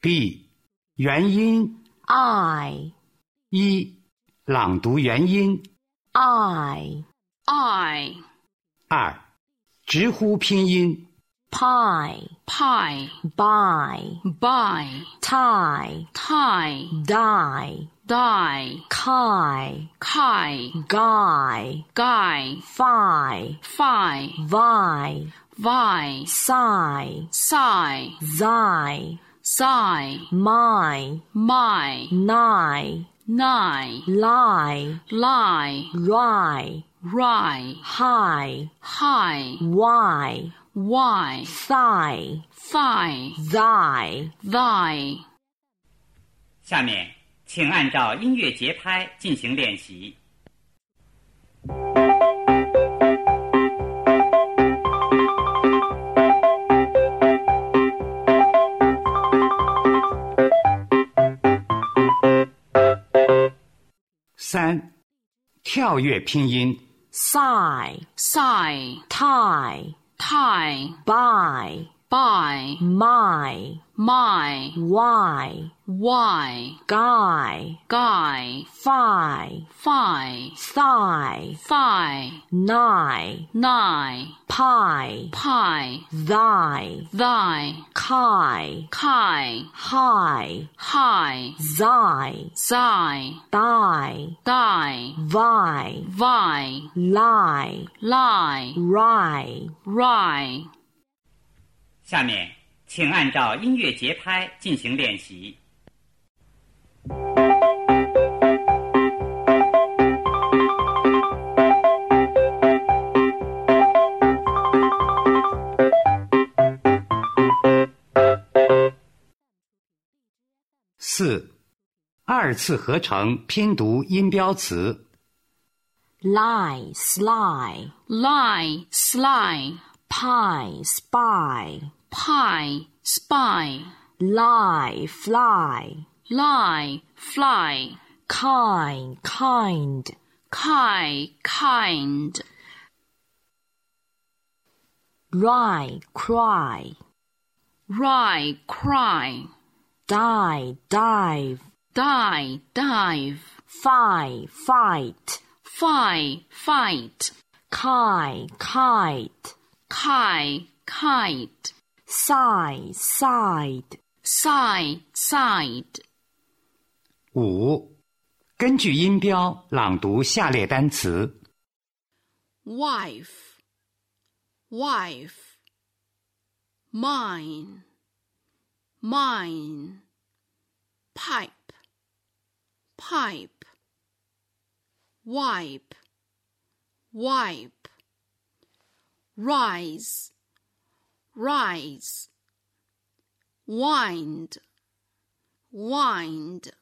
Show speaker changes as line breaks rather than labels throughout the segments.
B 元音
I,
一，朗读元音
I,
I,
二，直呼拼音
pie,
pie,
buy,
buy,
tie,
tie,
die,
die,
kai,
kai,
guy,
guy,
fi,
fi,
vi,
vi,
sigh,
sigh,
zai,
sigh,
my,
my,
nigh,
nigh,
lie,
lie,
rye,
rye,
high,
high,
why,
why,
thigh,
fi,
thy.
thy.
下面，请按照音乐节拍进行练习。
三，跳跃拼音
sigh,
sigh,
tie,
tie,
buy,
buy,
my,
my,
why,
why,
guy,
guy,
fi,
fi,
thigh,
fi,
nigh,
nigh,
pie,
pie,
thy,
thy,
kai,
kai,
high,
high,
zai,
sigh,
thy,
die,
vi,
vi,
lie,
lie,
rye,
rye.
下面，请按照音乐节拍进行练习。
四，二次合成拼读音标词
lie, sly,
Lie, sly,
pie, spy,
pie, spy,
lie, fly,
lie, fly,
kind, kind,
kai, kind,
Rye, cry,
rye, cry,
die, dive,
die, dive,
fi, fight,
fi, fight,
kai, kite,
kai, kite,
sigh, side,
side, side.
五，根据音标朗读下列单词。
wife, wife, mine, mine, pipe, pipe, wipe, wipe, rise, rise, wind, wind,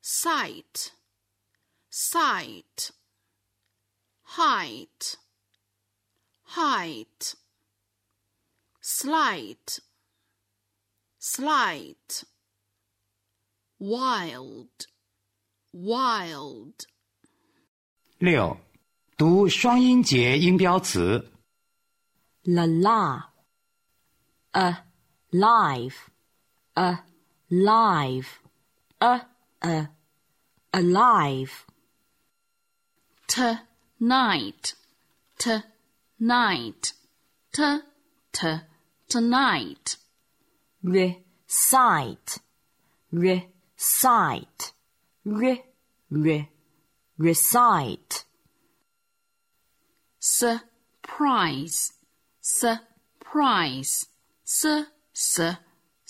sight, sight height, height, slight, slight, wild, wild,
六，读双音节音标词
la la, a, live, a, live, a, a, alive,
tonight, tonight, t t tonight,
recite, recite, re, re, recite.
surprise, surprise, s s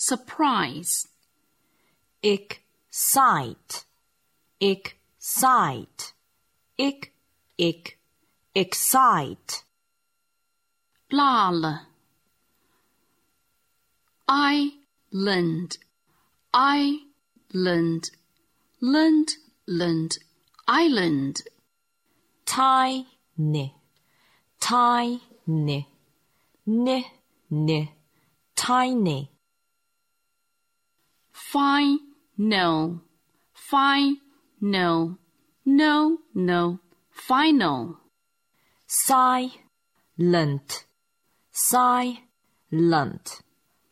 surprise,
excite, excite, ick, ick, excite,
Lala. Island, island, land, land, island.
tiny, tiny, ni, ni, tiny,
Fine, no, fine, no, no, no, final.
silent, silent,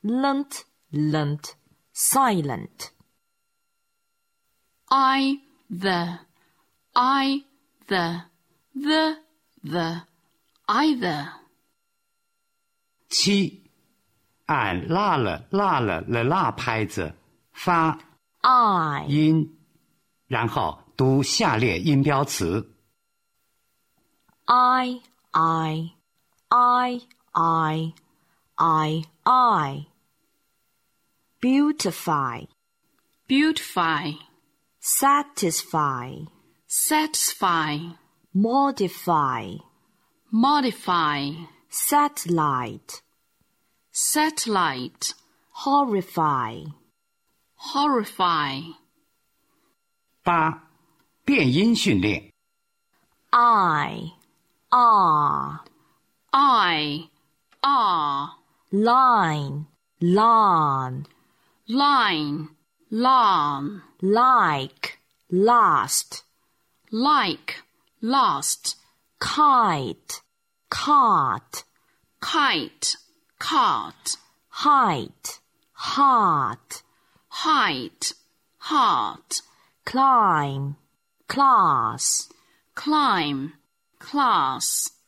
lunt, lunt, silent,
I, the, I, the, the, the, either.
七，按辣了辣了了辣拍子发
I,
音，然后读下列音标词：
I, I, I, I, I, I. Beautify,
Beautify,
satisfy,
satisfy,
modify,
modify,
satellite,
satellite,
horrify,
horrify.
八，变音训练。
I, ah, R,
I, ah. are,
line, lawn,
line, lawn,
like, last,
like, lost,
kite, cart,
kite, cart,
height, heart,
height, heart,
climb, class,
climb, class,